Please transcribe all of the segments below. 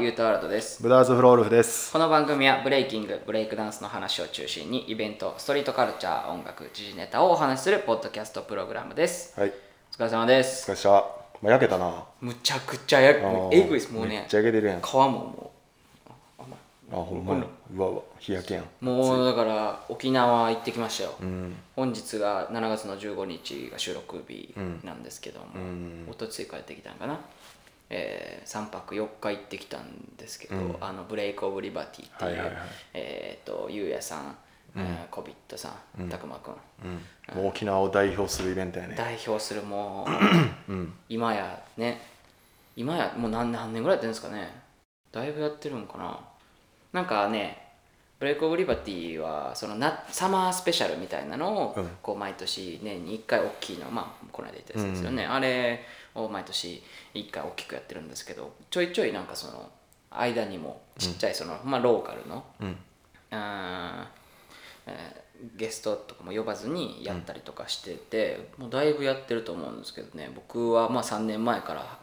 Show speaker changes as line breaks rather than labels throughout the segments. ゆうとあるとです
ブラーズ・フロールフです。
この番組はブレイキングブレイクダンスの話を中心にイベントストリートカルチャー音楽時事ネタをお話しするポッドキャストプログラムです
はい、
お疲れ様で
お
す
疲れっした。まあ、焼けたな。あ
むちゃくちゃや
ー
もうえぐいですもう
め
ね
っちゃ焼けてるやん。あ
皮もも
ほんまや。うわうわ、日焼けやん。
うもうだから沖縄行ってきましたよ、
うん。
本日が7月の15日が収録日なんですけども、おとつい帰ってきたんかな、え3泊4日行ってきたんですけど、あのブレイク・オブ・リバティっていう、
はいはいはい
えー、とゆうやさん、えーコビットさん、たくまくん、
うん、もう沖縄を代表するイベントやね。
代表するもう、今やね今やもう何何年ぐらいやってるんですかねだいぶやってるんかななんかねブレイク・オブ・リバティはそのなサマースペシャルみたいなのを
うん
こう毎年年に1回大きいのまあこの間言ったやつですよね、あれを毎年1回大きくやってるんですけどちょいちょいなんかその間にもちっちゃいその、まあローカルの
うん。
あーえーゲストとかも呼ばずにやったりとかしてて、もうだいぶやってると思うんですけどね僕はまあ3年前から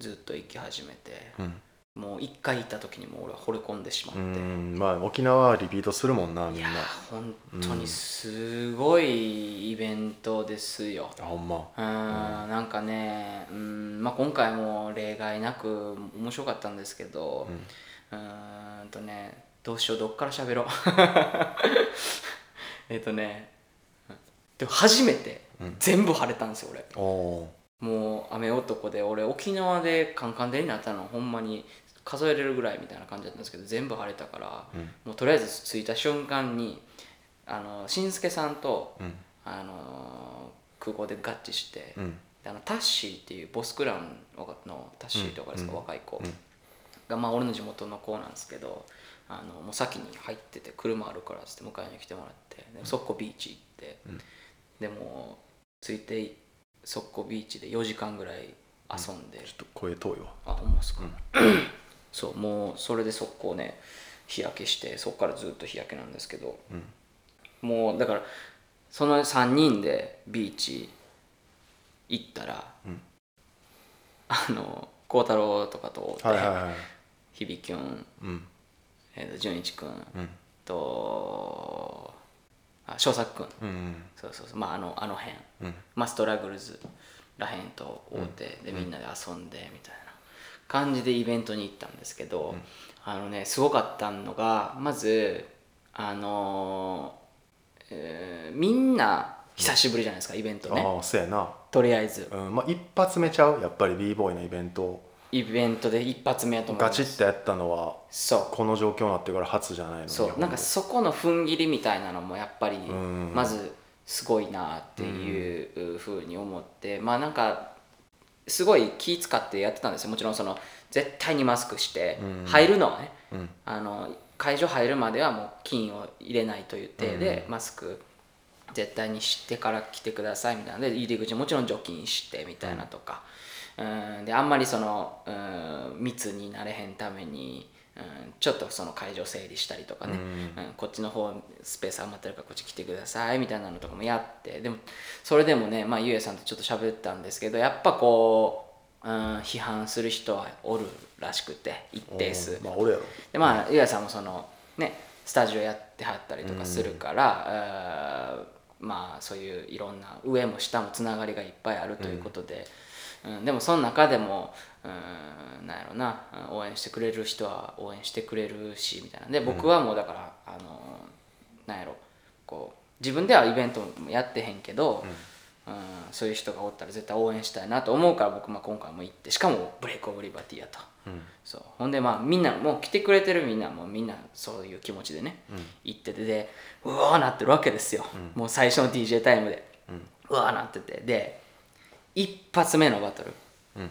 ずっと行き始めて、
うん
もう1回行った時にもう俺は惚れ込んでしまっ
う
て、
ん、まあ、沖縄はリピートするもんな、みん
い
な
や。ー本当にすごいイベントですよ、
あ、ほんま。
うん、なんかね、うんまあ、今回も例外なく面白かったんですけど、うーんとねどうしようどっから喋ろう えっとねでも初めて全部晴れたんですよ俺
おお
もう雨男で俺沖縄でカンカンでになったのほんまに数えれるぐらいみたいな感じだったんですけど全部晴れたから、もうとりあえず着いた瞬間にあのしんすけさんと、
ー。うん。
あのー空港で合致して、
うん。
であのタッシーっていうボスクランのタッシーとかですか、
うん
若い子
うん
が、まあ、俺の地元の子なんですけどあのもう先に入ってて車あるからっつって迎えに来てもらってで速攻ビーチ行って、
うん
でもう着いて速攻ビーチで4時間ぐらい遊んで、
ちょっと声遠いわ。
あ思うんすか、 そうもうそれで速攻ね日焼けしてそこからずっと日焼けなんですけど、もうだからその3人でビーチ行ったら、
うん
あの孝太郎とかと
はいはいはい。
響きゅん、
うん。
えーと純一くん
うん。
とあ翔作くん
うん。
そうそうそうまああのあの辺
うん。
まあ、ストラグルズらへんと会うて、でみんなで遊んでみたいな感じでイベントに行ったんですけど、あのねすごかったのがまずあのーえーみんな久しぶりじゃないですかイベントね
ああ、そうやな。
とりあえず
うん、まあ、一発目ちゃう、やっぱり b ボーイのイベント。
イベントで一発目やと思い
ガ
ま
チ
す
ッとやったのは。
そう
この状況になってから初じゃないの。日
そう
本
なん
で
かそこの踏ん切りみたいなのもやっぱり
ん
まずすごいなっていうふうに思って、まあなんかすごい気使ってやってたんですよもちろんその絶対にマスクして
うん
入るのはね、
うん。
あの会場入るまではもう金を入れないという体で、マスク絶対にしてから来てくださいみたいなので入り口もちろん除菌してみたいなとか、うん、であんまりその、うん、密になれへんために、うん、ちょっとその会場整理したりとかね、うんこっちの方スペース余ってるからこっち来てくださいみたいなのとかもやってでもそれでもね、まあ、ゆうやさんとちょっと喋ったんですけどやっぱこう、うん、批判する人はおるらしくて一定数。
まあ、俺やろ。
でまあゆうやさんもそのねスタジオやってはったりとかするから、えーまあそういういろんな上も下もつながりがいっぱいあるということで、うんでもその中でも、うん、なんやろなうん応援してくれる人は応援してくれるしみたいなで僕はもうだから、あのなんやろこう自分ではイベントもやってへんけど、うんそういう人がおったら絶対応援したいなと思うから僕、まあ、今回も行ってしかもブレイクオブリバティやと。そうほんでまあみんなもう来てくれてるみんなもうみんなそういう気持ちでね、行っててでうわーなってるわけですよ、もう最初の DJ タイムで、うわーなっててで一発目のバトル、
うん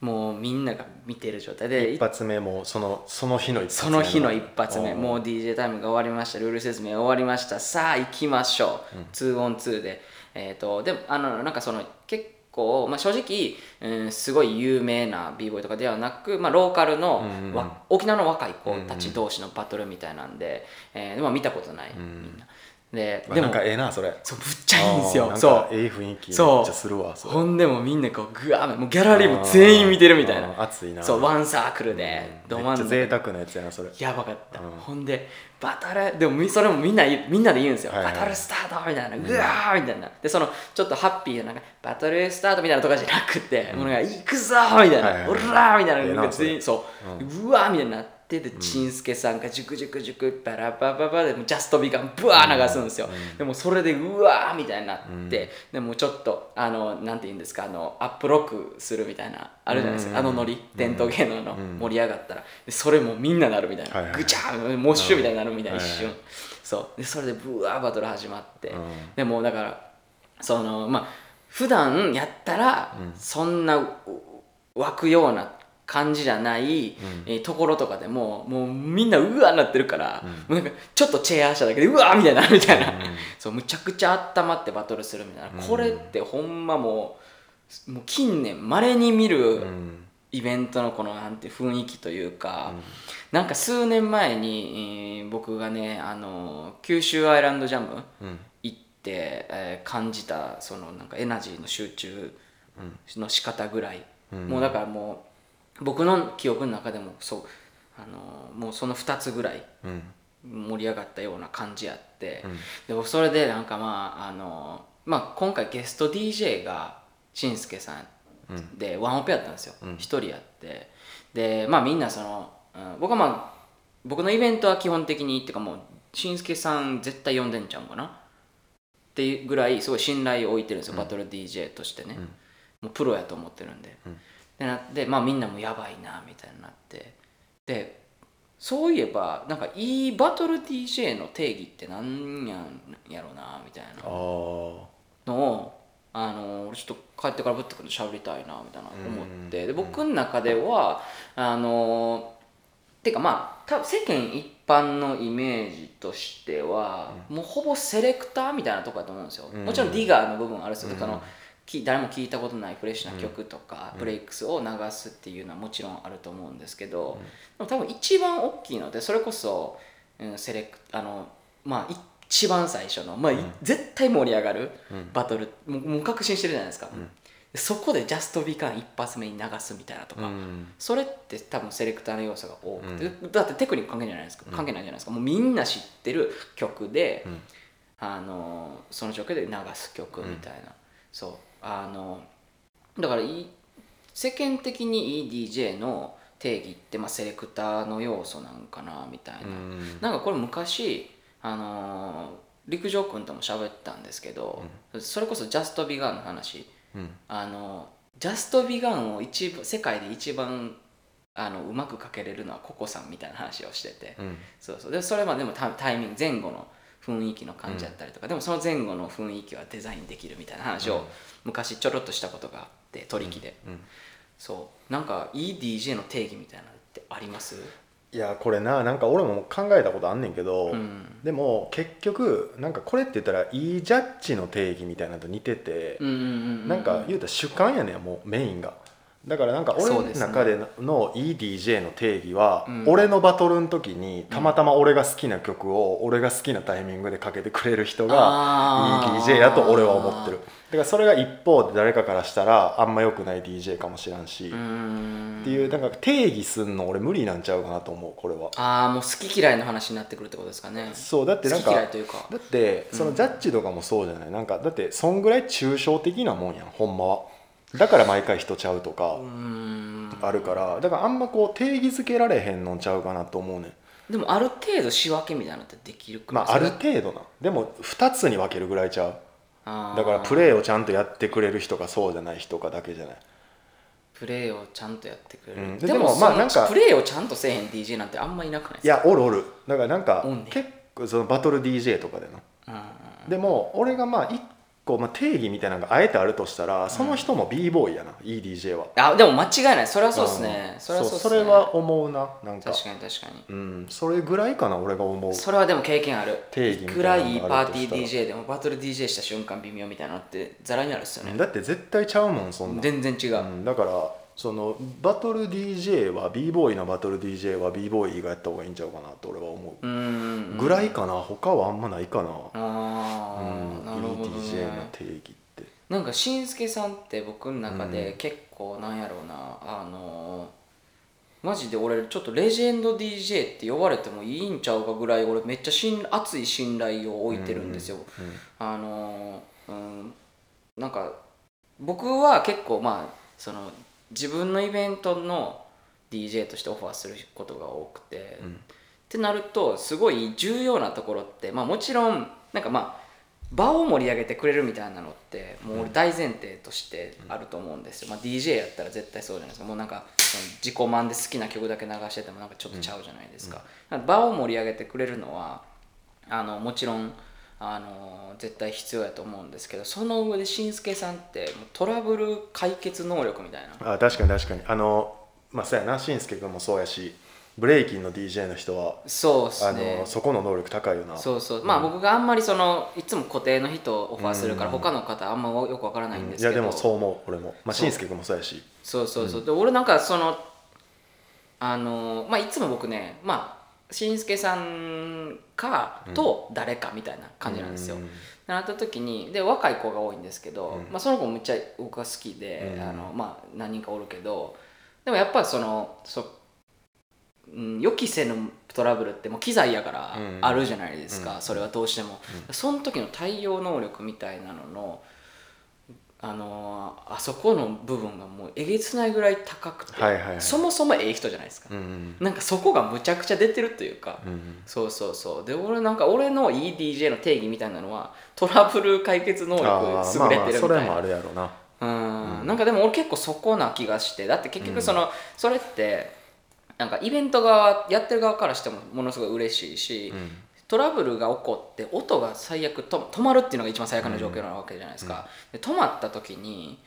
もうみんなが見てる状態で
一発目もそのその日の一発
そ
目
の日の一発目
おー
もう DJ タイムが終わりましたルール説明終わりましたさあ行きましょう、2on2 でえっ、とでもあのなんかその結構、まあ、正直、うん、すごい有名な b ボーイとかではなく、まあ、ローカルの、わ沖縄の若い子たち同士のバトルみたいなんで、えーでも見たことない、みんなで
で
で
もなん
も
かええなそれ
そうむっちゃいいんです
あー
よ
なん
そ
か
う
ええ雰囲気めっち
そう
ゃするわそれ
ほんでもうみんなこうグワーもうギャラリーも全員見てるみたい
あー
な
あー熱いな
そうワンサークルで
う
ど
ん
真
め
ん
っ
中
ちゃ贅沢なやつやなそれ
やばかった、
うん
ほんでバトルでもみそれもみんな言うみんなで言うんですよ、
はいはい
バトルスタートみたいなうわーみたいなでそのちょっとハッピーななんかバトルスタートみたいなとかじゃなくて、もうなんか行くぞーみたい
はいはいは
ないオラーみたい
ええ
な
な
なんか全員そう、うわーみたいになってでちんすけさんがジュクジュクジュクバラバババでもうジャストビガンブワー流すんですよ、でもそれでうわーみたいになって、でもうちょっとあのなんて言うんですかあのアップロックするみたいなあるじゃないですか、あのノリ伝統芸能の盛り上がったらでそれもみんななるみたいな、
はいはいはい
ぐちゃーモッシュみたいになるみたいな一瞬、
は
そうでそれでブワーバトル始まって、
うん
でもうだからそのまあ普段やったらそんなう湧くような感じじゃない、えーところとかでももうみんなうわーなってるから、もうなんかちょっとチェアしただけでうわーみたいになるみたいな、そうむちゃくちゃ温まってバトルするみたいな、これってほんまもうもう近年まれに見る、
うん
イベントのこのなんて雰囲気というか、なんか数年前に、えー僕がねあの九州アイランドジャム
うん
行って、えー感じたそのなんかエナジーの集中の仕方ぐらい、
うん
もうだからもう僕の記憶の中でもそうあのもうその2つぐらい
うん
盛り上がったような感じやって、
ん
で僕それでなんかまああの、まあ、今回ゲスト DJ がしんすけさんでワンオペやったんですよ
うん
一、人やってでまあみんなその、うん僕はまあ僕のイベントは基本的にっていうかもうしんすけさん絶対呼んでんちゃうんかなっていうぐらいすごい信頼を置いてるんですよ、バトル DJ としてね、もうプロやと思ってるんで、でなってまあみんなもやばいなみたいになってでそういえばなんかいいバトル DJ の定義ってなんやんやろなみたい
あ
な
ー
のをあの俺ちょっと帰ってからぶってくるの喋りたいなみたいな思ってで僕の中ではあのてかまあ多分世間一般のイメージとしては、もうほぼセレクターみたいなとこだと思うんですよ、
うん
もちろんディガーの部分はあるんですけど、そのき誰も聞いたことないフレッシュな曲とか、ブレイクスを流すっていうのはもちろんあると思うんですけど、でも多分一番大きいのでそれこそ、うん、セレクあのまあ一番最初の、まあい絶対盛り上がるバトル、もうもう確信してるじゃないですか、でそこでジャストビカン一発目に流すみたいなとか、
うん
それって多分セレクターの要素が多くて、だってテクニック関係ないじゃないですか、関係ないじゃないですかもうみんな知ってる曲で、
ん
あのその状況で流す曲みたいな、そうあのだからいい世間的にいい DJ の定義って、まあ、セレクターの要素なんかなみたいな、
うん
なんかこれ昔あのー陸上君とも喋ったんですけど、それこそジャストビガンの話、
うん
あのジャストビガンを一番世界で一番あのうまくかけれるのはココさんみたいな話をしてて、
うん
そうそうでそれまでもタタイミング前後の雰囲気の感じだったりとか、でもその前後の雰囲気はデザインできるみたいな話を昔ちょろっとしたことがあって取り木で、
うん
そうなんかいい DJ の定義みたいなのってあります
いやこれななんか俺も考えたことあんねんけど、
うん
でも結局なんかこれって言ったらいいジャッジの定義みたいなのと似てて、
うんうんうんうん
なんか言うたら主観やねんもうメインがだからなんか俺
そ
の
うですね
中でのいい DJ の定義は、
うん
俺のバトルの時にたまたま俺が好きな曲を俺が好きなタイミングでかけてくれる人がいい
あー
DJ やと俺は思ってるだからそれが一方で誰かからしたらあんま良くない DJ かもしらんし、
う
っ
ん
ていうなんか定義すんの俺無理なんちゃうかなと思うこれは
ああもう好き嫌いの話になってくるってことですかね
そうだってなん
好き
か
嫌いというか
だって
うん
そのジャッジとかもそうじゃない、なんかだってそんぐらい抽象的なもんやんほんまはだから毎回人ちゃうとか
うーん
あるからだからあんまこう定義づけられへんのんちゃうかなと思うねん
でもある程度仕分けみたいなのってできるか
まあある程度なでも2つに分けるぐらいちゃう
あー
だからプレーをちゃんとやってくれる人かそうじゃない人かだけじゃない
プレーをちゃんとやってくれる、
うん
で
で
も
でもま
そ
あ
の
なんか
プレーをちゃんとせえへん DJ なんてあんまいなくない
い
ですか
やおるおるだからなんか
おんねん
結構そのバトル DJ とかでな
うんうん
でも俺がまあ一個、まあ、定義みたいなのがあえてあるとしたらその人も b ボーイやな、いい DJ は
あでも間違いないそれはそうですね
ん
それはそうです
そ
ね
れは思うななんか
確かに確かに
うんそれぐらいかな俺が思う
それはでも経験ある
定義
い
み
く
た
ら
い
いい
なの
パ
があ
ー
ると
テ
したら
ィー DJ でもバトル DJ した瞬間微妙みたいなのってざらになるっすよね、
だって絶対ちゃうもんそんなん
全然違う、
うんだからそのバトル DJ は b ボーイのバトル DJ は b ボーイ以外やった方がいいんちゃうかなと俺は思
うーん
うぐらいかな他はあんまないかな
あ
うん、
なるほど、ね、
EDJ の定義って
なんかしんすけさんって僕の中
う
で結構なんやろうな、あのーマジで俺ちょっとレジェンド DJ って呼ばれてもいいんちゃうかぐらい俺めっちゃ信熱い信頼を置いてるんですよ、あのーうんなんか僕は結構まあその自分のイベントの DJ としてオファーすることが多くて、
うん
ってなるとすごい重要なところって、まあ、もちろんなんかまあ場を盛り上げてくれるみたいなのってもう俺大前提としてあると思うんですよ、まあ、DJ やったら絶対そうじゃないですかもうなんかその自己満で好きな曲だけ流しててもなんかちょっとちゃうじゃないですか,、場を盛り上げてくれるのはあのもちろんあの絶対必要やと思うんですけどその上でしんすけさんってもうトラブル解決能力みたいな
あ確かに確かにあのまあそうやなしんすけ君もそうやしブレイキンの DJ の人は
そうっ
あ
すね
のそこの能力高いよな
そうそうまあ僕があんまりそのいつも固定の人をオファーするから
うん
他の方あんまよくわからないんで
い
すけ
や
ど、
でもそう思う俺もまあしんすけ君もそうやし
そうそうそうで俺なんかそのあのまあいつも僕ねまあしんすけさんかと誰かみたいな感じなんですよ、
うん
なった時にで若い子が多いんですけど、
うん
まあ、その子もめっちゃ僕が好きで、
うん
あのまあ、何人かおるけどでもやっぱそのそ、うん、予期せぬトラブルってもう機材やから
うん
あるじゃないですか、
うん
それはどうしても、その時の対応能力みたいなのの、あのーあそこの部分がもうえげつないぐらい高くて、
はいはいはい
そもそもええ人じゃないですか、
うん
なんかそこがむちゃくちゃ出てるというか、
うん
そうそうそうで俺なんか俺の EDJ の定義みたいなのはトラブル解決能
あー
力
ま
優
あ
れ
まあ
てる
そ
みた
れ
い
も
な
あるやろな
うん
うん
なんかでも俺結構そこな気がしてだって結局その、それってなんかイベント側やってる側からしてもものすごい嬉しいし、
うん
トラブルが起こって音が最悪と止まるっていうのが一番最悪な状況なわけじゃないですか、で止まった時に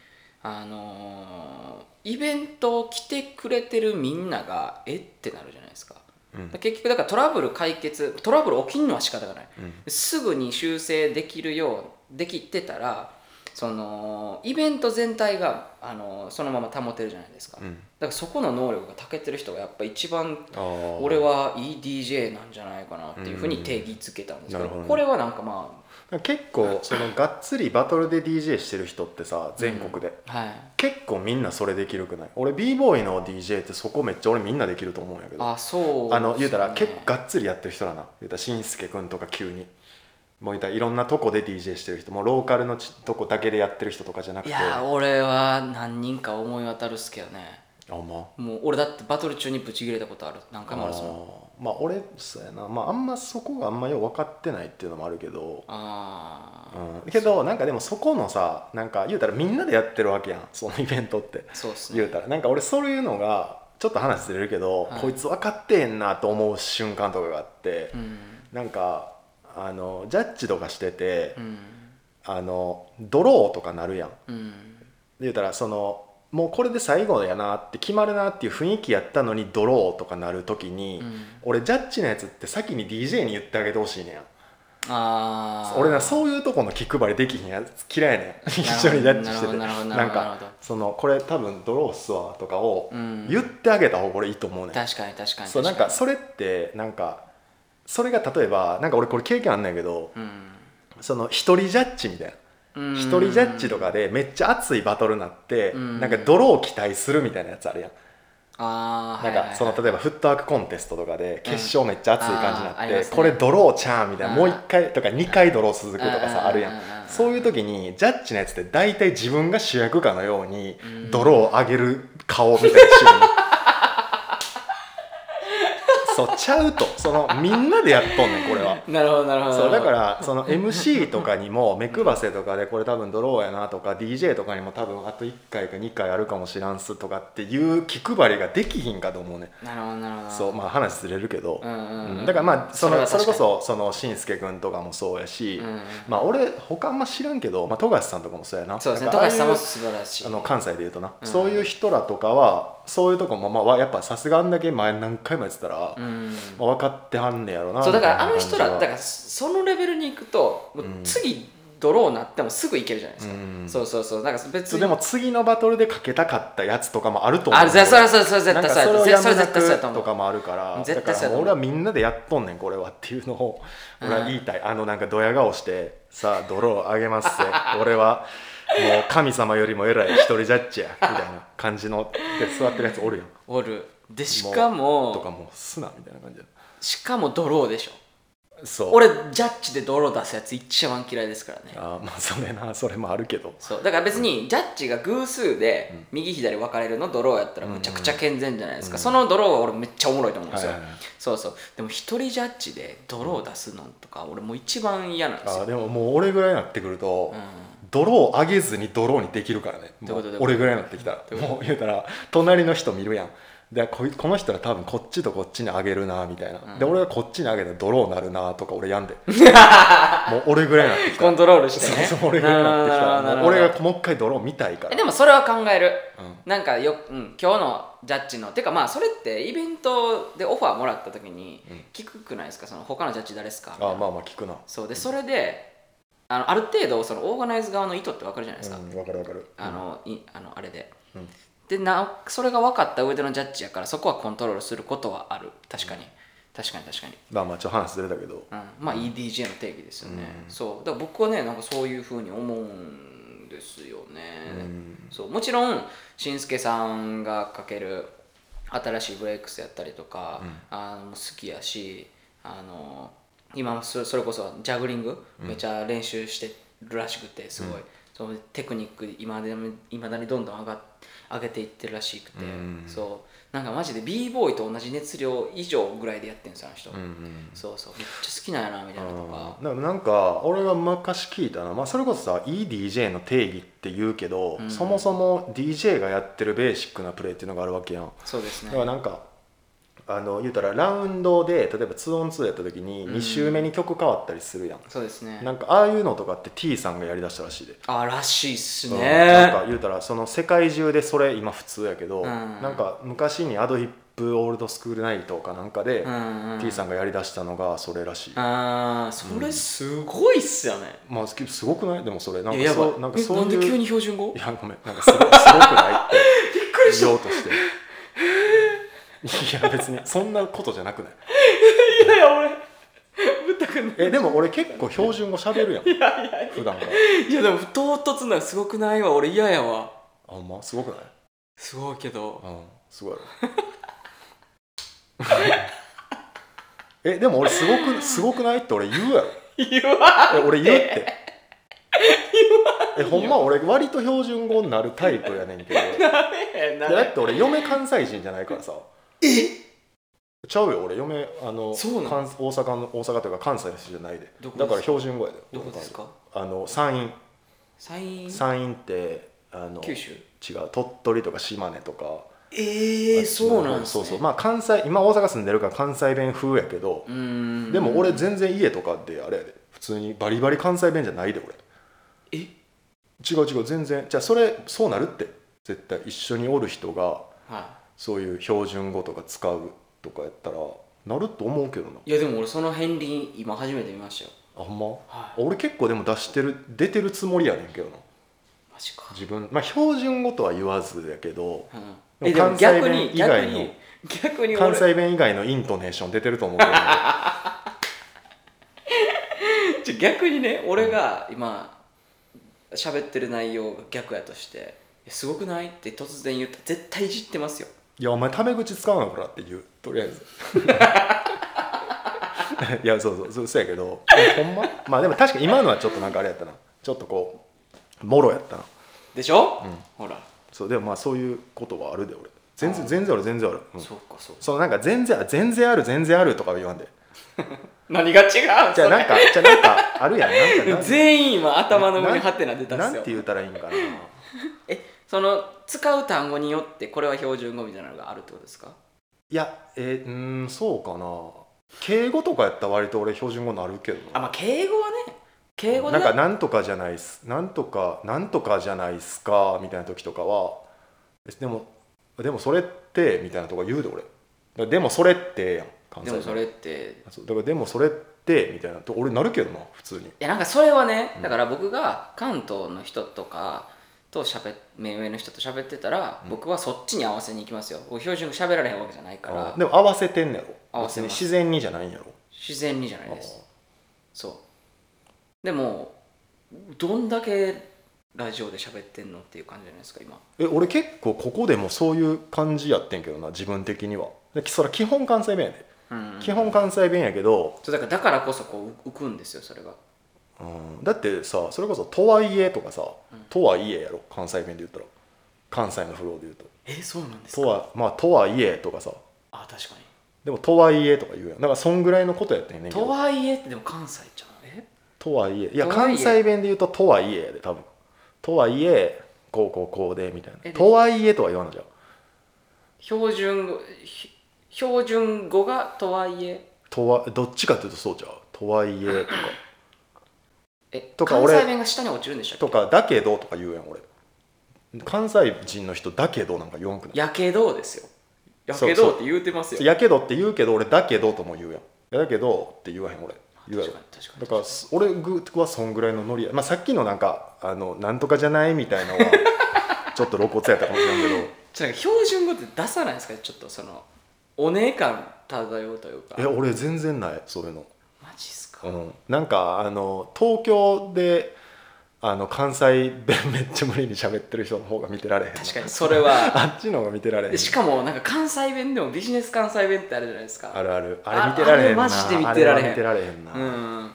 あのーイベントを来てくれてるみんながえってなるじゃないですか
うん
で結局だからトラブル解決トラブル起きんのは仕方がない、
うん
すぐに修正できるようできてたらそのイベント全体が、あのーそのまま保てるじゃないですか、
う
だ
ん
からそこの能力が長けてる人がやっぱ一番
あー
俺はいい DJ なんじゃないかなっていうふうに定義づけたんですけど,、
うんなるほどね
これはなんかま
結構そのがっつりバトルで DJ してる人ってさ全国で、
あはい
結構みんなそれできるくない俺 b ボーイの DJ ってそこめっちゃ俺みんなできると思うんやけどあ
あそう
の言うたら
です
結
ね
構がっつりやってる人だな言うたらしんすけくんとか急にもう言うたらいろんなとこで DJ してる人もうローカルのちとこだけでやってる人とかじゃな
い
くて
やー俺は何人か思い当たるっすけどね
あんま
もう俺だってバトル中にブチ切れたことある何回もあるっすもん
あーまあ俺そうやな、まあ、あんまそこがあんまよう分かってないっていうのもあるけど、
ああ
うん、けどなんかでもそこのさなんか言うたらみんなでやってるわけやんそのイベントって
そうっす
言う
ね
たらなんか俺そういうのがちょっと話ずれるけど、
はい
こいつ分かってへんなと思う瞬間とかがあって
う、ん
なんかあのジャッジとかしてて、
うん
あのドローとかなるやん
うん
言うたらそのもうこれで最後やなって決まるなっていう雰囲気やったのにドローとかなる時に、
うん
俺ジャッジのやつって先に DJ に言ってあげてほしいねん
ああ
俺なそういうとこの気配りできひんやつ嫌い やねん一緒にジャッジしてて
なるほどな
な
る
ん
ほどなるほど
かそのこれ多分ドローっすわとかを
うん
言ってあげた方が俺いいと思うねん
確かに確かに
そうなん
確か
かそれってなんかそれが例えばなんか俺これ経験あんねんけど
に
その一人ジャッジみたいな
うん
一人ジャッジとかでめっちゃ熱いバトルになって
うん
なんかドローを期待するみたいなやつあるやん
ああ
なんかその例えばフットワークコンテストとかで決勝めっちゃ熱い感じに
あーあ
な
りま
って
すね
これドローちゃんみたいな
あー
もう1回とか2回ドロー続くとか
あ
さ
ー
あるや
あーあ
ん
ー
そういう時にジャッジのやつって大体自分が主役かのように
うん
ドローを上げる顔みたいなシーン そうちゃうとそのみんなでやっとんねんこれは。
なるほどなるほど
そうだからその MC とかにも目配せとかでこれ多分ドローやなとか DJ とかにも多分あと1回か2回あるかもしらんすとかっていう気配りができひんかと思うね
なるほどなるほど
そうまあ話ずれるけど、
うんうんうん
うんだからまあそのそ
それは確か
れこ
に
そそのしんすけ君とかもそうやし、
うんうん
まあ俺他あんま知らんけど、まあ、富樫さんとかもそうやな
そうですね
なんか
高
ああ
橋
いう
さんも素晴らしい
あの関西で言うとな、
うん
そういう人らとかはそういうとこもまあわやっぱさすがあんだけ前何回もやってたら、
うん
まあ、分かってはんねやろな
そうだからあ
みたい
の
な感じ
人
は
らだからそのレベルに行くともう
うん
次ドローになってもすぐいけるじゃないですか、
うん
そうそうそうなんか別
そう
に
でも次のバトルでかけたかったやつとかもあると思う
あそれそれそれそれ絶
なん
対
か
そうや
それを
絶
や
それ
めな
絶対そうやと
く
思
と
う
かもあるから
絶対そ
だ
う
か
やと思
らもう
う
俺はみんなでやっとんねんこれはっていうのを
うん
俺は言いたいあのなんかドヤ顔してさあ泥をあげま すぜ俺はもう神様よりも偉い一人ジャッジやみたいな感じので座ってるやつおるよ
おるでしかも
とかもうすなみたいな感じで
しかもドローでしょ
そう
俺ジャッジでドロー出すやつ一番嫌いですからね
あーまあそれなそれもあるけど
そうだから別にジャッジが偶数で右左分かれるのドローやったらむちゃくちゃ健全じゃないですか、そのドローは俺めっちゃおもろいと思うんですよ、
はいはいはい
そうそうでも一人ジャッジでドロー出すのとか俺もう一番嫌なんです
あ
よ
ーでももう俺ぐらいになってくると、
うん
泥を上げずに泥にできるからね
どういうこと
もう
どういうこと
俺ぐらいになってきたらもう言うたら隣の人見るやんでこいこの人ら多分こっちとこっちに上げるなみたいな、
うん
で俺がこっちに上げたら泥になるなとか俺 やんでもう俺ぐらいになってきた
コントロールしてね
そうそう俺ぐらいになってきた
なるほどなるほどなる
ら
ほ
も
ど
う俺がもう一回泥見たいか
え
ら
でもそれは考える
うん
なんかよ、うん、今日のジャッジのてかまあそれってイベントでオファーもらった時に
うん
聞くくないですかその他のジャッジ誰ですか
あーまあまあ聞くな
そうでそれであのある程度そのオーガナイズ側の意図ってわかるじゃないですか、
うんわかるわかる
あのいあのあれで、
うん
でなそれが分かった上でのジャッジやからそこはコントロールすることはある確かに、確かに確かに、
まあまあちょっと話ずれたけど
うん、まあ EDJ の定義ですよね、そうだから僕はねなんかそういうふうに思うんですよね、
うん
そうもちろんしんすけさんがかける新しいブレイクスやったりとか、あのもう好きやしあの今そそれこそジャグリングめちゃ練習してるらしくてすごい、そのテクニック今でも未だにどんどん上がっ上げていってるらしくて、
うん
そうなんかマジで b ボーイと同じ熱量以上ぐらいでやってるんですよあの人、
うんうん
そうそうめっちゃ好きなんやなみたいなとか
あーだからなんか俺が昔聞いたな、まあ、それこそさいい DJ の定義って言うけど、
うん
そもそも DJ がやってるベーシックなプレーっていうのがあるわけやん
そうです
だ
ね
からなんかあの言うたらラウンドで例えば 2on2 やった時に
うん
2周目に曲変わったりするやん、
そうですね
なんかああいうのとかって T さんがやりだしたらしいで、
あらしいっす
うん
ね
なんか言うたらその世界中でそれ今普通やけど、
うん
なんか昔にアドヒップオールドスクールナイトかなんかで、T さんがやりだしたのがそれらしい、
あーそれすごいっすよね、
まあ、すすごくないでもそれなん
いや
か
やばい
そ
う
なんか
え
そういう
なんで急に標準語
いやごめんなんかすごすごく ないって言おうとしていや別にそんなことじゃなくない
いやいや俺ぶったくん
えでも俺結構標準語喋るやん普段から
いやでも唐突なのすごくないわ俺嫌やわ
あほんますごくない
すごいけど
うんすごいやろ えでも俺すごくすごくないって俺言うやろ
言わ
え俺言うって えほんま俺割と標準語になるタイプやねんけど
へんな
だって俺嫁関西人じゃないからさちゃうよ俺嫁あの
そうなの
関大阪の大阪というか関西の人じゃないで
どこです
だから標準語やで
どこですか
あの山陰
サイン
山陰ってあの
九州
違う鳥取とか島根とか
ええー、そうなんです、
そう
ね、
そうまあ関西今大阪住んでるから関西弁風やけど
う、ーん
でも俺全然家とかであれやで普通にバリバリ関西弁じゃないで俺
え
違う違う全然じゃあそれそうなるって絶対一緒におる人が
は
そういう標準語とか使うとかやったらなると思うけどない
いやでも俺その片鱗今初めて見ましたよ
あほんま、
は
俺結構でも出してる出てるつもりやねんけどな
マジか、
自分まあ標準語とは言わずやけど
うん、
でも
えでも
関西
逆
弁
に
以
逆
外の
に逆に俺
関西弁以外のイントネーション出てると思うけどな
じゃあ逆にね俺が今喋ってる内容が逆やとしていや「すごくない?」って突然言ったら絶対いじってますよ
いやお前タメ口使うのからって言うとりあえず いやそうそうそうそうやけどほんままあでも確かに今のはちょっとなんかあれやったなちょっとこうもろやったな
でしょ、
うん
ほら、
そうでもまあそういうことはあるで俺全
あ
然
ー
全然ある全然ある、うん
そうかそうか
そのなんか全然あ全然ある全然あるとかは言わんで
何が違うん
じゃあなんかじゃあなんかあるやんなんかなんか
全員今頭の上にハテナ出た
なんん
で
て
す
言
よ
うたらいいんかな
えその使う単語によってこれは標準語みたいなのがあるってことですか
いやえー、うーんそうかな敬語とかやったら割と俺標準語なるけど
あまあ敬語はね敬語で
なんかなんとかじゃないっすなんとかなんとかじゃないっすかみたいな時とかはえでもでもそれってみたいなとか言うで俺だからでもそれってやん関
で
弁
もそれって
そうだからでもそれっってみたいなと俺なるけどな普通に
いやなんかそれはね、
うん
だから僕が関東の人とかとしゃべ目上の人と喋ってたら、
うん
僕はそっちに合わせに行きますよ僕標準語喋られへんわけじゃないから
あでも合わせてんねや
合
ろ
わ
別
せ
に
ます
自然にじゃないんやろ
自然にじゃないですそうでもどんだけラジオで喋ってんのっていう感じじゃないですか今
え俺結構ここでもそういう感じやってんけどな自分的にはでそれ基本関西弁やで、
うん
基本関西弁やけど、
そうだからだからこそこう浮くんですよそれが
うん、だってさそれこそ「とはいえ」とかさ「とはいえ」やろ関西弁で言ったら関西のフローで言うと
えそうなんで
「とはまあとはいえ」とかさ
あ確か
でも「とはいえ」とか言うやんだからそんぐらいのことやってん
に
ねんけ
と
ど
はいえってでも関西じゃんえ
とはいえいや
とはいえ
関西弁で言うと「とはいえ」やで多分「とはいえこうこうこうで」みたい
え
な「
で
とはいえ」とは言わなじゃん
標準語ひ標準語がとはいえ
とはどっちかっていうとそうじゃう「とはいえ」と か
え
とか
関
俺
西弁が下に落ちるんでしたっけ
とか「だけど」とか言うやん俺関西人の人「だけど」なんか言わんくない
やけどですよや
そう
けどって言うてますよ
やけどって言うけど俺「だけど」とも言うやんいやだけどって言わへん俺言うや
確
ろ
かに確かに
だから
確
す俺はそんぐらいのノリや、まあ、さっきのなんかあのなんとかじゃないみ たいなのはちょっと露骨やったかもしれんけど
にちょっとなんか標準語って出さないですかちょっとそのお姉感漂うというか
え俺全然ないそういうの、
マジっすか、
うん、なんかあの東京であの関西弁 めっちゃ無理に喋ってる人の方が見てられへんな
確かにそれは
あっちの方が見てられへん
でしかもなんか関西弁でもビジネス関西弁ってあるじゃないですか
あるある
あ
あれ見てられへんな
あれマジで見てられへん
あは見てられへんな、
うん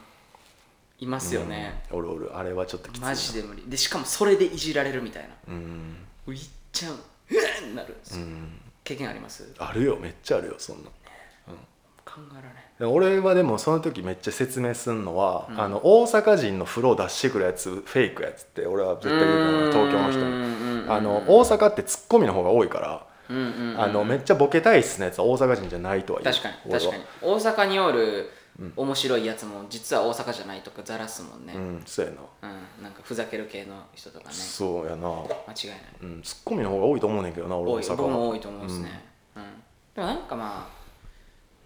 いますよね、
うんおるおるあれはちょっときつい
マジで無理でしかもそれでいじられるみたいな
うん、
ういっちゃううえんなるんです
う
よ、
ん、
経験あります
あるよめっちゃあるよそんな
考えられない
で俺はでもその時めっちゃ説明すんのは、
うん
あの大阪人の風呂出してくるやつフェイクやつって俺は絶対言うからな東京の人に
に
あの大阪ってツッコミの方が多いから、あのめっちゃボケ体質のやつは大阪人じゃないとは言う
確かに
俺は
確かに大阪におる
うん
面白いやつも実は大阪じゃないとかざらすもんね、うん
うんそうやな、
なんかふざける系の人とかね
そうや
間違
な、
いない
うん、ツッコミの方が多いと思うねんけどな俺
多
大
い
阪
僕
は
も多いと思うんですね、うんでもなんかまあ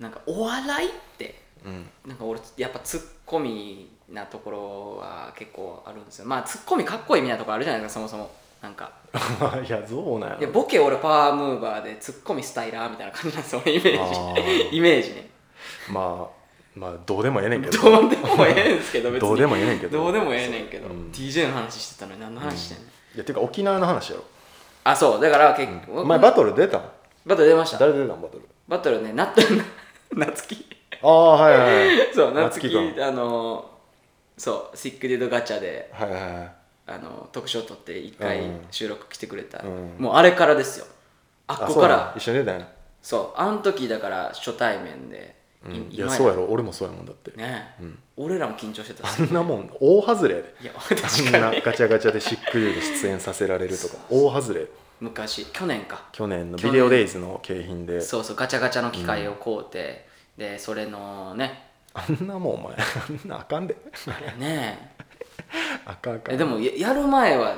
なんかお笑いって
うん
なんか俺やっぱツッコミなところは結構あるんですよまあツッコミかっこいいみたいなところあるじゃないですかそもそもなんか
いやそうなんやろ
いやボケ俺パワームーバーでツッコミスタイラーみたいな感じなんですよ俺イメ
あ
ー
ー
ジ イメージね
まあまあどうでもええねんけど
どうでもええんですけど別に
どうでもええねんけど
どうでもええねんけど、
うん
DJ の話してたのに何の話してんの、
いやていうか沖縄の話や
あそうだから結構、
ろお前バトル出たん
バトル出ました
誰出たんバトル
バトルねな 夏希
ああはいはいはい
そう夏希
君
あのそうシックデュードガチャで
はいはいはい
あの特賞取って1回
うん
収録来てくれた、
うん
もうあれからですよあっこか
そうなん
ら
一緒に出たんや、
そうあの時だから初対面で、
うん、
今
いやそうやろ俺もそうやもんだって、
ね、
うん
俺らも緊張してたっす
あんなもん大外れやで
いや確
あん
かに
なガチャガチャでしっくりで出演させられるとか大外れ
昔去年か
去年の
去年
ビデオデイズの景品で
そうそうガチャガチャの機械を買うて、でそれの ね
あんなもんお前 あんなあかんで
あれね
あかんあかん
えでもややる前は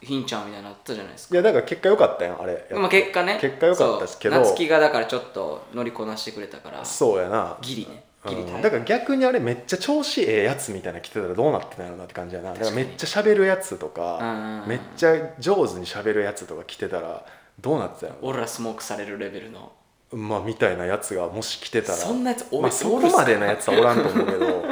ひんちゃんみたいになのあったじゃないですか
いやだから結果良かったやんあれ
でも結果ね
結果良かったですけど
そう夏希がだからちょっと乗りこなしてくれたから
そうやな
ギリね
う
ギリ
ん
大変
だから逆にあれめっちゃ調子ええやつみたいなの来てたらどうなってたんやろなって感じやなだ
確
か
からに
めっちゃ喋るやつと
うんうん
か
うん
めっちゃ上手に喋るやつとか来てたらどうなってたんやろ
俺らスモークされるレベルの
まあみたいなやつがもし来てたら
そんなやつおる
まあ、そこまでのやつはおらんと思うけど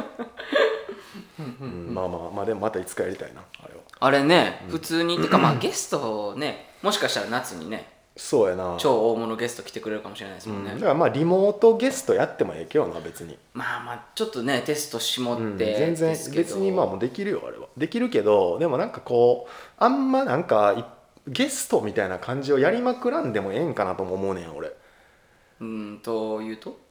うんまあまあまあでもまたいつかやりたいなあれは
あれね、普通にてかまあゲストをねもしかしたら夏にね
そうやな
超大物ゲスト来てくれるかもしれないです
う
もん
ん
ね、
だからまあリモートゲストやってもええけどな別に、
まあまあちょっとねテストしもって、
うん全然
ですけど
別にまあもうできるよあれはできるけどでもなんかこうあんまなんかいゲストみたいな感じをやりまくらんでもええんかなとも思うねん俺
うんというと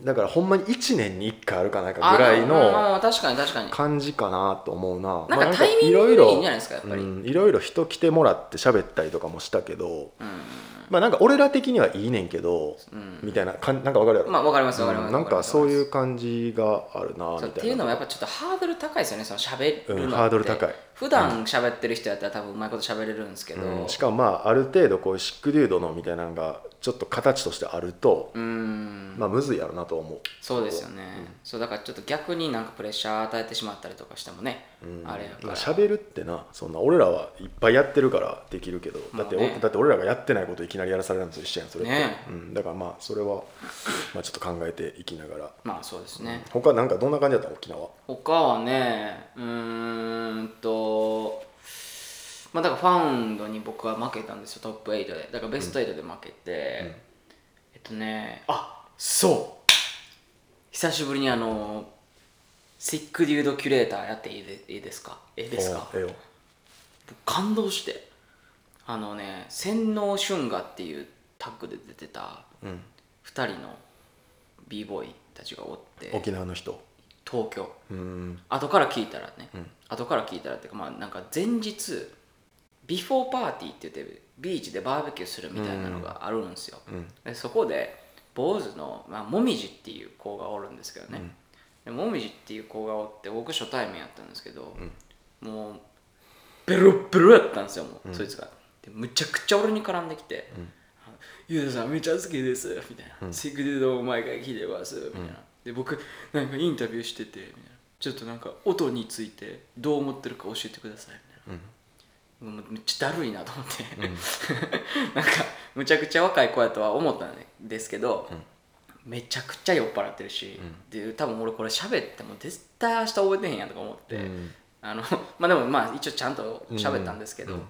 だからほんまに1年に1回あるかないかぐらい
あまあまあ
の
まあ確かに確かに
感じかなと思うな
なん
まあ
かタイミン
ろ
グ
い
が
ろ
いいんじゃないですかやっぱり、
うんいろいろ人来てもらって喋ったりとかもしたけど
う
まあなんか俺ら的にはいいねんけど、
ん
みたいなかんなんかわかるやろ、
まあわかりますわかります、
うんなんかそういう
う
感じがあるなみたいな
っていうのはやっぱちょっとハードル高いですよねその喋るのって、
うんハードル高い
普段喋ってる人やったら多分うまいこと喋れるんですけど、
うんしかもまあある程度こうシックデュードのみたいなのがちょっと形としてあると、
うん
まあむずいやろなと思う
そうですよね、そうだからちょっと逆になんかプレッシャー与えてしまったりとかしてもね、
うん
あれやから、
まあ、喋るってなそんな俺らはいっぱいやってるからできるけどだって、
まあね
おだって俺らがやってないこといきなりやらされるのと一緒やんそれって、
ね
うん、だからまあそれは、まあ、ちょっと考えていきながら
まあそうですね、
他なんかどんな感じだったの沖縄
他はねうーんとまあだからファウンドに僕は負けたんですよトップ8でだからベスト8で負けて、えっとねあそう久しぶりにあのシックデュードキュレーターやっていいでいいですかええですか
おええよ
感動してあのね洗脳春画っていうタッグで出てた
うん、
2人の b ボーイたちがおって
沖縄の人
東京
うん
後から聞いたらね、
うん
後から聞いたらっていうかまあなんか前日ビフォーパーティーって言ってビーチでバーベキューするみたいなのがあるんですよ、
うん
でそこで坊主の、まあ、もみじっていう子がおるんですけどね、でもみじっていう子がおって僕初対面やったんですけど、もうベロッベロやったんですよもう、そいつがでむちゃくちゃ俺に絡んできて「ゆうさんめっちゃ好きです」みたいな「シグデドを毎回聞いてます」みたいな、で僕なんかインタビューしててみたいなちょっとなんか音についてどう思ってるか教えてくださいみたいなもうめっちゃだるい なと思って、なんかむちゃくちゃ若い子やとは思ったんですけど、めちゃくちゃ酔っ払ってるし、で多分俺これ喋っても絶対明日覚えてへんやんとか思って、
うん
あの まあでもまあ一応ちゃんと喋ったんですけど、
うんうん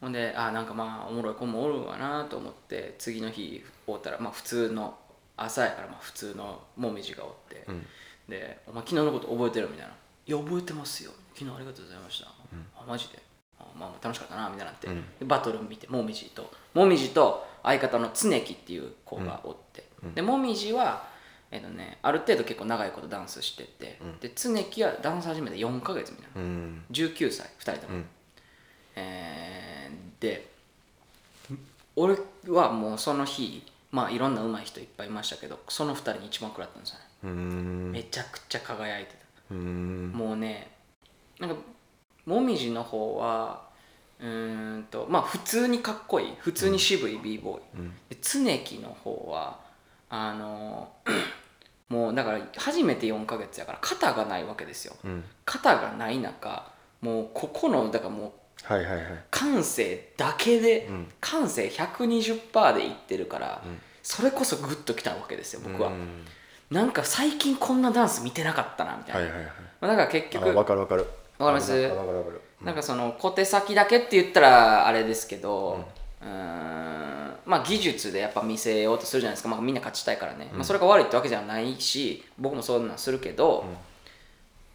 ほんであなんかまあおもろい子もおるわなと思って次の日会うたらまあ普通の朝やからまあ普通のもみじがおって、
うん
で「お前昨日のこと覚えてる?」みたいな「いや覚えてますよ昨日ありがとうございました」あマジであまあまあ楽しかったな」みたいになって、
うん
でバトル見てもみじともみじと相方の常木っていう子がおって、でもみじは、えっとね、ある程度結構長いことダンスしてて、で常木はダンス始めて4ヶ月みたいな、
うん
19歳2人とも、
うん
えーで俺はもうその日まあいろんな上手い人いっぱいいましたけどその2人に一番食らったんですよね
うん
めちゃくちゃ輝いて
うん
たもうねなんかもみじの方はうーんとまあ普通にかっこいい普通に渋い b ボーイ、
うん
で常木の方はあの もうだから初めて4ヶ月やから肩がないわけですよ
うん
肩がない中もうここのだからもう
はいはいはい
感性だけで、
うん
感性120%でいってるから、
うん
それこそグッときたわけですよ僕は、
うん
なんか最近こんなダンス見てなかったなみたいな、
はいはいはい
まあ、だから結
あ
局
分かる分かる
わかります
分かる分かる
なんかその小手先だけって言ったらあれですけど、うーんまあ技術でやっぱ見せようとするじゃないですか、まあ、みんな勝ちたいからね、まあ、それが悪いってわけじゃないし僕もそんなんするけど、
ん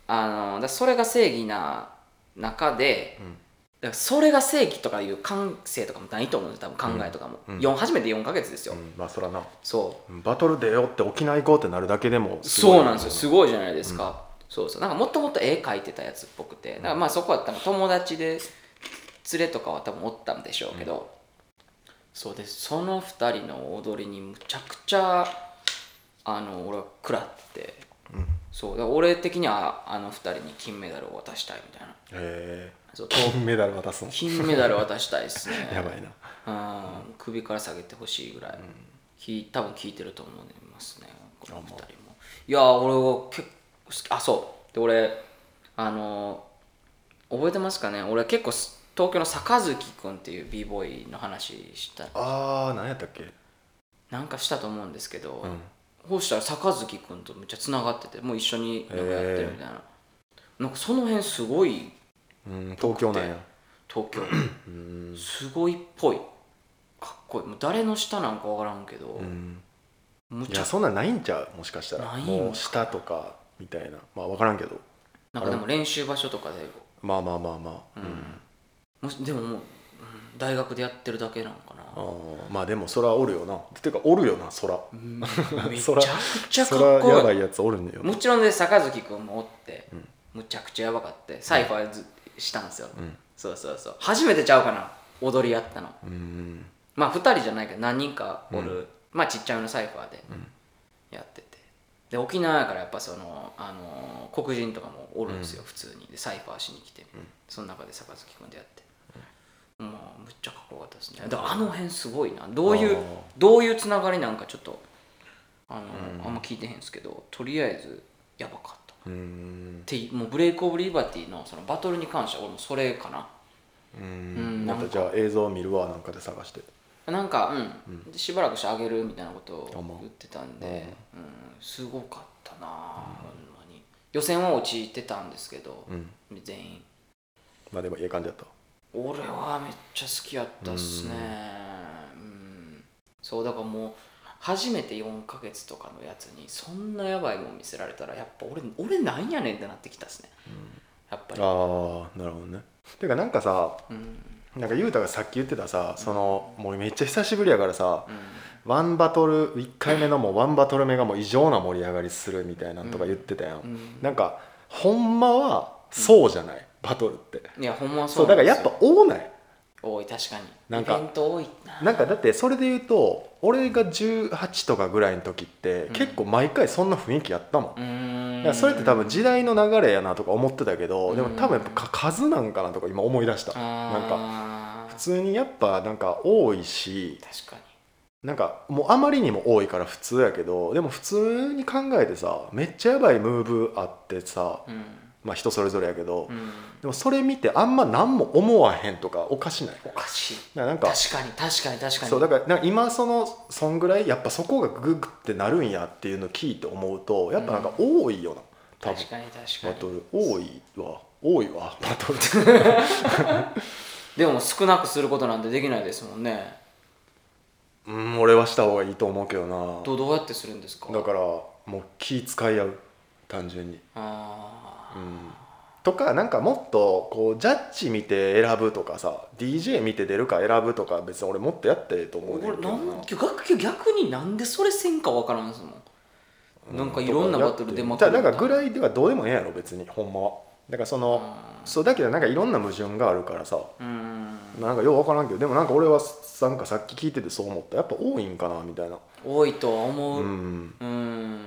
あのだからそれが正義な中で、だからそれが正義とかいう感性とかもないと思うんです多分考えとかも、
うんうん
四初めて4ヶ月ですよ、
うんまあそらな
そう
うんバトル出ようって沖縄行こうってなるだけでもすごい
そうなんですよすごいじゃないですか、そうそうなんかもともと絵描いてたやつっぽくてだからまあそこは多分友達で連れとかは多分おったんでしょうけど、そうですその2人の踊りにむちゃくちゃあの俺は食らって、そうだから俺的にはあの2人に金メダルを渡したいみたいな
へ
そう
え金メダル渡すの
金メダル渡したいですね
やばいな
うん首から下げてほしいぐらい、き多分聞いてると思いますねこの二人もいやー俺は結構好きあそうで俺あのー覚えてますかね俺結構す東京の坂月くんっていう b ボーイの話した
あー何やったっけ
なんかしたと思うんですけど、
うん
こうしたら坂月くんとめっちゃつながっててもう一緒になんかやってるみたいな、なんかその辺すごい
うん東京なんや
東京
うん
すごいっぽいかっこいいもう誰の下なんかわからんけど、
うん
む
い
ちゃ
やそんなんないんちゃうもしかしたら
ないんか
もう下とかみたいなまあ分からんけど
なんかでも練習場所とかで
まあまあまあまあ
もしでももううん大学でやってるだけなのか
あ
な
ーまあでもそらおるよなてかおるよなそら
うんめち
そ
ゃ
ら
くちゃ
そ
からっこ
やば
いい
いやつおるんだよ
もちろんで坂月君もおって、むちゃくちゃやばかってサイファーずしたんですよ、そうそうそう初めてちゃうかな踊りやったの
うん
まあ2人じゃないけど何人かおる、まあちっちゃめのサイファーでやってて、で沖縄やからやっぱその、あのー黒人とかもおるんですよ、普通にでサイファーしに来て、その中で坂月君でやって、もうむっちゃかっこよかったですねだからあの辺すごいなどういう
あー
どういうつながりなんかちょっとあの、
うん
あんま聞いてへんすけどとりあえずやばかったっ
うん
てもうブレイク・オブ・リバティのそのバトルに関しては俺もそれかな
うんんまたじゃあ映像見るわなんかで探して
なんか、うんしばらくしてあげるみたいなこと
あ
を
まあ
言ってたんで、うんすごかったな、ほんまに予選は落ちてたんですけど、
うん
全員
まあでもいい感じだった
俺はめっちゃ好きやったっすねうん、そうだからもう初めて4ヶ月とかのやつにそんなやばいもん見せられたらやっぱ俺俺なんやねんってなってきたっすね、やっぱり
ああなるほどねてかなんかさ
うんうん
なんかゆうたがさっき言ってたさそのもうめっちゃ久しぶりやからさワンバトル1回目のもうワンバトル目がもう異常な盛り上がりするみたいなんとか言ってたやん、
うん
なんかほんまはそうじゃない、バトルって
いやほんま
そ
そうう
だ
なん
から
です
や
よ
っぱ多ない
多い確かに
なんか
イベント多いな
なんかだってそれで言うと俺が18とかぐらいの時って
うん
結構毎回そんな雰囲気やったもん、
うー
だ
ん
からそれって多分時代の流れやなとか思ってたけど、でも多分やっぱか数なんかなとか今思い出した、なんか
あー
普通にやっぱなんか多いし
確かに
なんかもうあまりにも多いから普通やけどでも普通に考えてさめっちゃやばいムーブあってさ
うん
まあ人それぞれやけど、
うん
でもそれ見てあんま何も思わへんとかおかしないだ
お
か
かしい
らなんか
確かに確かに確かに
そうだからなんか今そのそんぐらいやっぱそこがググってなるんやっていうのを聞いて思うとやっぱなんか多いよな、多分
確かに確か
バ
に
トル多いわ多いわバトル
でも少なくすることなんてできないですもんね
うん俺はした方がいいと思うけどな
どどうやってするんですか
だからもう気使い合う単純に
あ
うんとかなんかもっとこうジャッジ見て選ぶとかさ DJ 見て出るか選ぶとか別に俺もっとやってええと
ー
思うねん
俺
けど
な
なん
逆逆になんでそれせんかわからんすもんなんかいろんなバトル出ま
く
く
る
る
だからぐらいではどうでもええやろ別にほんまはだからその
あ
そうだけどなんかいろんな矛盾があるからさ
ーうん
なんかよう分からんけどでもなんか俺はなんかさっき聞いててそう思ったやっぱ多いんかなみたいな
多いとは思
う
ううんん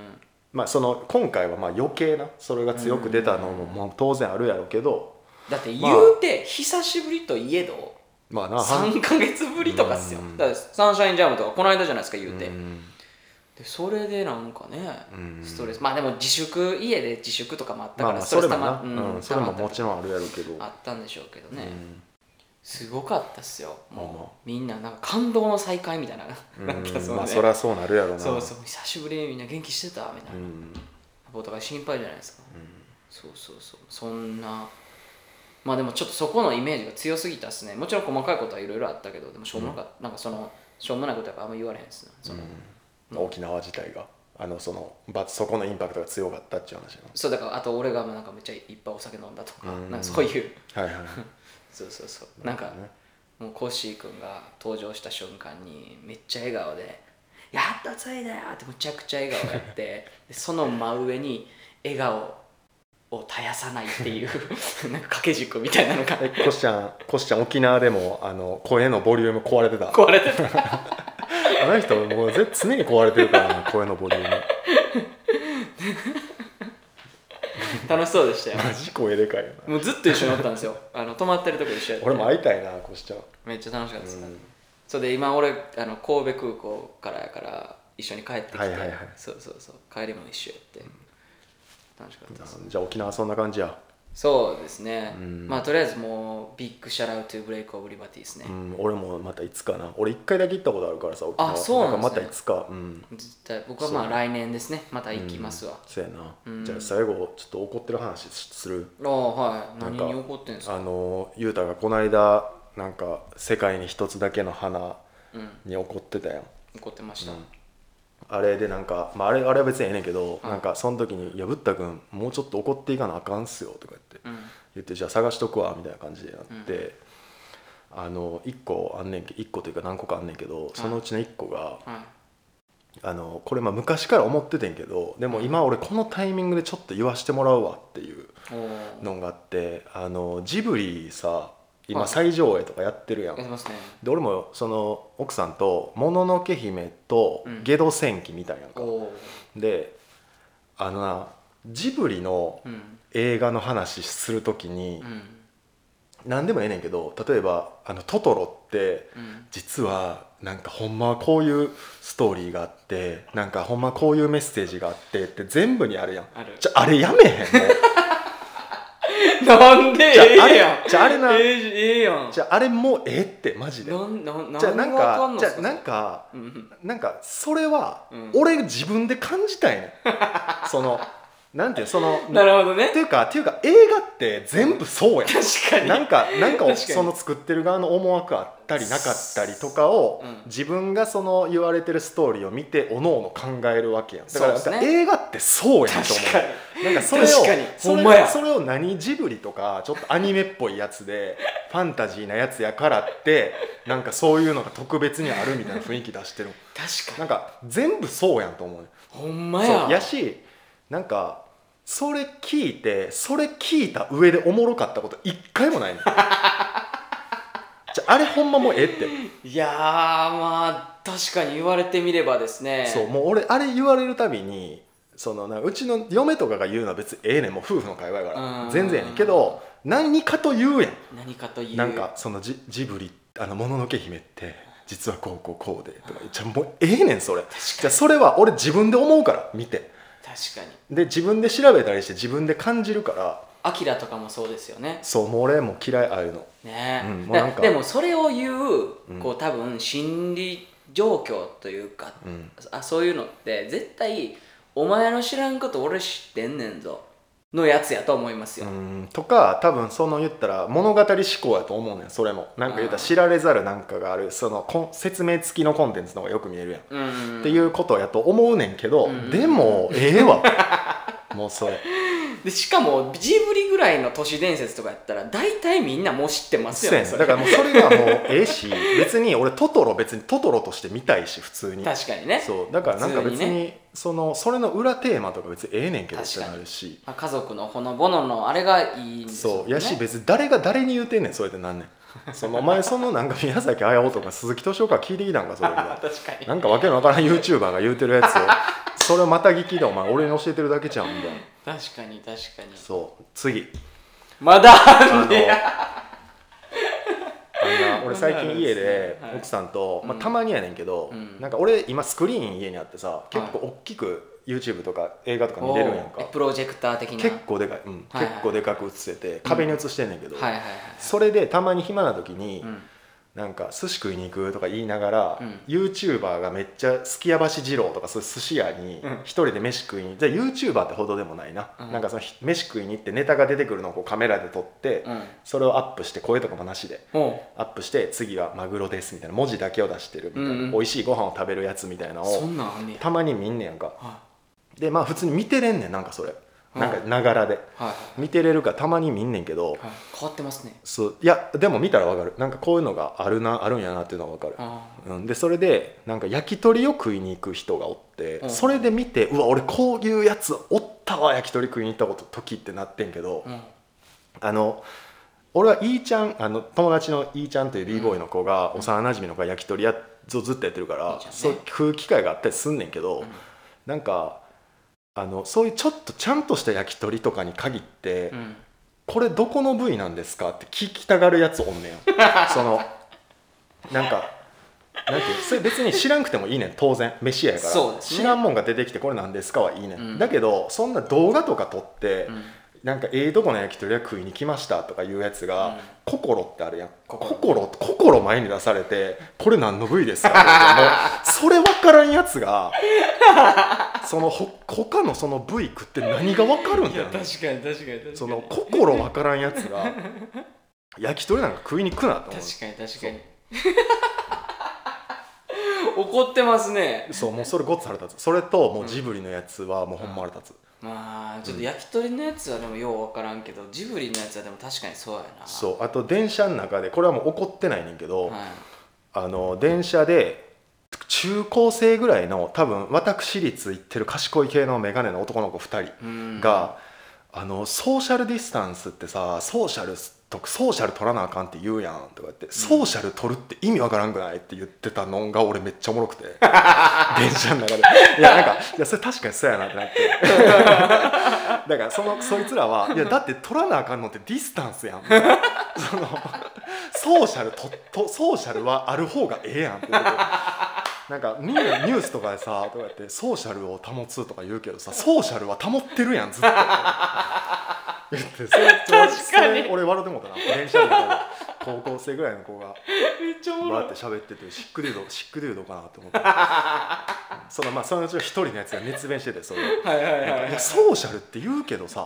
まあその今回はまあ余計なそれが強く出たのももう当然あるやろうけど
だって
まあ
言うて久しぶりといえど
まあな
3か月ぶりとかっすよ
うん
だからサンシャインジャムとかこの間じゃないですか言うて
うん
でそれでなんかね
うん
ストレスまあでも自粛家で自粛とかもあった
ま
か
あま
ら
あ
ス
そ
トレ
れ
ス
も
た
な
ま
うんそ
た
れ
ま
も
った
もちろんあるやろうけど
あったんでしょうけどね、
うん
すごかったっすよ
まあまあ
もうみんななんか感動の再会みたいななったっす
うん
もんね
まあそりゃそうなるやろうな
そうそう久しぶりみんな元気してたみたいな、
うん
お互い心配じゃないですか、そうそうそうそんなまあでもちょっとそこのイメージが強すぎたっすねもちろん細かいことはいろいろあったけどでもしょうもなかった、なんかそのしょうもないことはやっぱあんま言われへんっすねその、
沖縄自体があのそのばそこのインパクトが強かったっていう話
そうだからあと俺がなんかめっちゃいっぱいお酒飲んだとか,、
うん
なんかそういう
なはいはい
そうそうそうなんか、
ね
もうコッシーくんが登場した瞬間にめっちゃ笑顔で「やっとついだよ!」ってむちゃくちゃ笑顔やって でその真上に笑顔を絶やさないっていう なんか掛け軸みたいなのが
えコシちゃんコシちゃん沖縄でもあの声のボリューム壊れてた
壊れてた
あの人もうぜ常に壊れてるからな声のボリューム
楽しそうでしたよ
マジ声でかいよな
もうずっと一緒におったんですよあの泊まってるとこ一緒やって
俺も会いたいなコシちゃん
めっちゃ楽しかったです、
うん
それで今俺あの神戸空港からやから一緒に帰ってきて、
はいはいはい
そうそうそう帰りも一緒やって、楽しかったです
じゃあ沖縄そんな感じや、
そうですね、
うん
まあとりあえずもうビッグシャラウトゥブレイクオブリバティですね
う、ん、俺もまたいつかな俺一回だけ行ったことあるからさ沖縄
あそうなんですね
だからまたいつかうん
絶対僕はまあ来年ですねまた行きますわ、
そうやな、
うん
じゃあ最後ちょっと怒ってる話する
ああはい何
なん
に
か
怒ってんですか
あの雄太がこの間なんか世界に一つだけの花
うん
に怒ってたやん
怒ってました、
うんあれでなんか、まあ、あれあれは別にええねんけど、
うん
なんかその時に「いやぶったくんもうちょっと怒っていかなあかんっすよ」とか言って
うん
言って「じゃあ探しとくわ」みたいな感じでなって、あの1個あんねんけ1個というか何個かあんねんけどそのうちの1個が、
はい
あのこれまあ昔から思っててんけどでも今俺このタイミングでちょっと言わしてもらうわっていう
おー
のがあってあのジブリさ
は
今
い
最上映とかやってるやん、
やってますね
で俺もその奥さんと「もののけ姫」と
う
「
ん
ゲド戦記」みたいやんか、
おおー
であのなジブリの
うん
映画の話するときに
う、ん
何でもええねんけど例えば「あのトトロ」って
うん
実はなんかほんまはこういうストーリーがあってなんかほんまはこういうメッセージがあってって全部にあるやん
ある
じゃあれやめへんもう
なん でえ
じゃああ
え
れ
やん
じゃああれな
ええええやん
じゃああれもうええってマジで
なんなんなん
じゃあな
が
ん
わか
か
んの
じ
っ
ゃ
すか
あなんか
うん
なんかそれは
うん
俺自分で感じたいねんそのなんていうのそ の
な
っ
るほどね
ていうかっていうか映画って全部そうやん
確
な
かに
んかなん
確
か
かに
その作ってる側の思惑あったりなかったりとかを、
うん
自分がその言われてるストーリーを見ておのの考えるわけやんだから
そうですね
だから映画ってそうやんと思
確
う
か
なんかそれを
確かに
そ
ほ
れ
んまや
それを何ジブリとかちょっとアニメっぽいやつでファンタジーなやつやからってなんかそういうのが特別にあるみたいな雰囲気出してる
に確か
なん
に
か全部そうやんと思うね
ほんま
そ
や
うやしなんかそれ聞いてそれ聞いた上でおもろかったこと一回もないのじゃああれほんまもうええって、
いやーまあ確かに言われてみればですね
そうもう俺あれ言われるたびにそのなうちの嫁とかが言うのは別にええねんもう夫婦の会話やか
う
ら
ん
全然ええねんけど何かと言うやん
何かという
なんかそのジジブリあのもののけ姫って実はこうこうこうでとかじゃあもうええねんそれじゃあそれは俺自分で思うから見て
確かに
で自分で調べたりして自分で感じるから
アキラとかもそうですよね
そうもう俺もう嫌いああいうの
ね、
うんもう
だ
なんか
でもそれを言う、
うん
こう多分心理状況というか、
うん
あそういうのって絶対お前の知らんこと俺知ってんねんぞのやつやと思います
う
よ、
んとか多分その言ったら物語思考やと思うねんそれもなんか言ったら知られざるなんかがあるそのこん説明付きのコンテンツの方がよく見えるやん、
うんうん、
っていうことやと思うねんけど、
うん
でもええわもうそれ
でしかもジブリぐらいの都市伝説とかやったら大体みんなもう知ってます
そ
よ
うや
ね
ねん
そ
だ
れ
からもうそれがもうええし別に俺トトロ別にトトロとして見たいし普通に
確かにね
そうだからなんか別
普通
に
に
そのそれの裏テーマとか別にええねんけどって
確かに
なるし
まあ家族のほのぼののあれがいいんですよ、ね、
そうやし別に誰が誰に言うてんねんそれっ てなんねんそのお前そのなんか宮崎駿とか鈴木敏夫から聞いてきたんかそれ ぐら
あ確か
い
に
なんかわけのわからん YouTuber が言うてるや つをそれをまた聞きでお前俺に教えてるだけじゃんみたいな
確かに確かに
そう次
まだ
あ
あ
の
んねや
あの俺最近家で
はい
奥さんと、まあ、
うん
たまにやねんけど、
うん
なんか俺今スクリーン家にあってさ結構大きく YouTube とか映画とか見れるんやん
おー
か
えプロジェクター的な
結構でかい、うん、
はい
結構でかく映せて壁に映してんねんけど、
はいはいはい
それでたまに暇な時に、
うん
なんか寿司食いに行くとか言いながら、
うん
YouTuber がめっちゃすき家橋二郎とかそういう寿司屋に
うん
一人で飯食いに、じゃあ YouTuber ってほどでもないな、
うん
なんかそのひ飯食いに行ってネタが出てくるのをこうカメラで撮って、
うん
それをアップして声とかもなしで
おう
アップして次はマグロですみたいな文字だけを出してるみたいな、
うんうん
美味しいご飯を食べるやつみたいなの
そ
を
んなんあんねや
たまに見んねやんか
は
でまあ普通に見てれんねんなんかそれ
うん
なんかながらで
いはいはい
見てれるからたまに見んねんけど
はい変わってますね
そういやでも見たらわかるなんかこういうのがあるなあるんやなっていうのはわかる
あ
うん、でそれでなんか焼き鳥を食いに行く人がおって、
うん
それで見てうわ俺こういうやつおったわ焼き鳥食いに行ったこと時ってなってんけど、
ーうん
あの俺はイーちゃんあの友達のイーちゃんという b ボーイの子が、幼馴染の子が焼き鳥やずずっとやってるから、
いいじゃんね
そう食う機会があったりすんねんけど、
うん
なんかあのそういうちょっとちゃんとした焼き鳥とかに限って、
うん
これどこの部位なんですかって聞きたがるやつお んねんそのなんかなんていうそれ別に知らんくてもいいねん当然飯屋やから
そうですね
知らんもんが出てきてこれなんですかはいいねん、
うん
だけどそんな動画とか撮って、
うん
なんかええとこの焼き鳥屋食いに来ましたとかいうやつが、
うん
心ってあるやん
心
心心前に出されてこれ何の部位ですかって言ってもうそれ分からんやつ がそのほ他のその部位食って何が分かるんだよね
に確かに確かに
その心わからんやつ が焼き鳥なんか食いに行くなと思う
確かに確かに 怒ってますね
そうもうそれごっつ腹立つそれともうジブリのやつはもうほんま腹立つ、
まあちょっと焼き鳥のやつはでもよう分からんけどジブリのやつはでも確かにそうやな
そうあと電車の中でこれはもう怒ってないねんけど、
はい
あの電車で中高生ぐらいの多分私立行ってる賢い系の眼鏡の男の子2人
うん
が、あのソーシャルディスタンスってさソーシャルとソーシャル取らなあかんって言うやんとか言って、ソーシャル取るって意味わからんくないって言ってたのが俺めっちゃおもろく て電車の中でいやなんかいやそれ確かにそうやなって なってだからそのそいつらはいやだって取らなあかんのってディスタンスやんみたいなそのソーシャルととソーシャルはある方がええやんって言っててなんかみんなニュースとかでさとかやってソーシャルを保つとか言うけどさソーシャルは保ってるやんずっと。言ってそれ
確かに
それ俺笑ってもうたな電車の中で高校生ぐらいの子が
めっちゃおも
バ
ろ
ー
い
って喋っててシックデュードシックデュードかなと思ってそのまあそのうちの一人のやつが熱弁しててそれを
はいはいはい
いやソーシャルって言うけどさ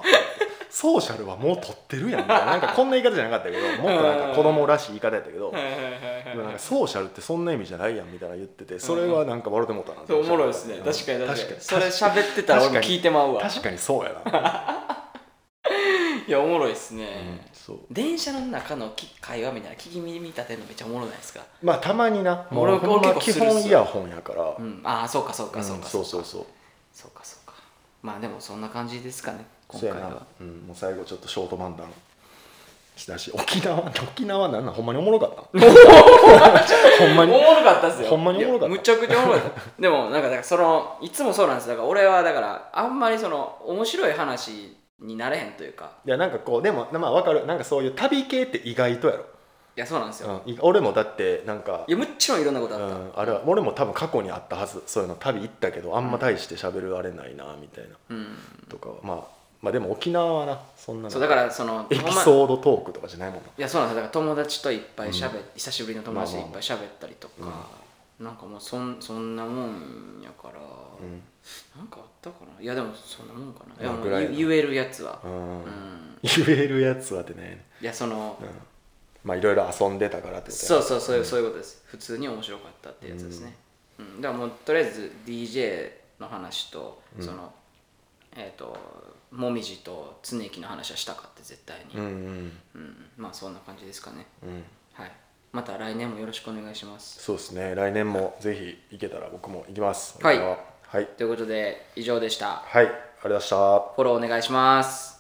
ソーシャルはもう取ってるやんみた いななんかこんな言い方じゃなかったけどもっとなんか子供らしい言い方やったけど、
はいはいはい
でも
は
なん
い
かソーシャルってそんな意味じゃないやんみたいな言っててそれはなんか笑ってもうたな
そうおもろいですね確かに確かにそれ
確
喋ってたら俺も
確かに
聞いてまうわ
確かにそうや な、
いやおもろいです
うん
ね、
そう
電車の中のき会話みたいな聞き耳立てるのめっちゃおもろないですか
まあたまになもう
俺も
ほん
結
ま
構
基
するっす
本イヤホンやから、
うんああそうかそうかそう
うん
か
そう
か
そうそう
そうかそうかまあでもそんな感じですかね今
そう
回
や
は
な、うん、もう最後ちょっとショート漫談したし沖縄沖縄なんなんほんまにおもろ かった ほんま
お
に
もろかったっすよ
ほんまにおもろかっ
い
た
やむちゃくちゃおもろかったでもなんかだからそのいつもそうなんですだから俺はだからあんまりその面白い話になれへんというか
いやなんかこうでもまあわかるなんかそういう旅系って意外とやろ、
いやそうなんですよ、
うんい、俺もだってなんか
いやもちろんいろんなこと
う
あった、
ん、あれは俺も多分過去にあったはずそういうの旅行ったけどあんま大して喋るあれないなみたいな、
うん、
とかはまあまあでも沖縄はなそんなの
そうだからその
エピ
ほんま
ソードトークとかじゃないもんない
やそうなんですよだから友達といっぱいしゃべ、
う
久しぶりの友達といっぱいしゃべったりとか、なんかもうそんそんなもんやから、
うん
なんかあったかないやでもそんなもんかな、いや
まあ
も
ぐらいの
う言言えるやつは、
うん
うん
言えるやつはってね、
いやその、
うん、まあいろいろ遊んでたからってことや
そうそうそういう、そういうことです普通に面白かったってやつですね、うんだからもうとりあえず DJ の話と、そのえっ、ともみじと常木の話はしたかって絶対に、
うんうん
うんまあそんな感じですかね
うん
はいまた来年もよろしくお願いします
そうですね来年もぜひ行けたら僕も行きます
はい
沖縄はい、
ということで以上でした
はい、ありがとうございました
フォローお願いします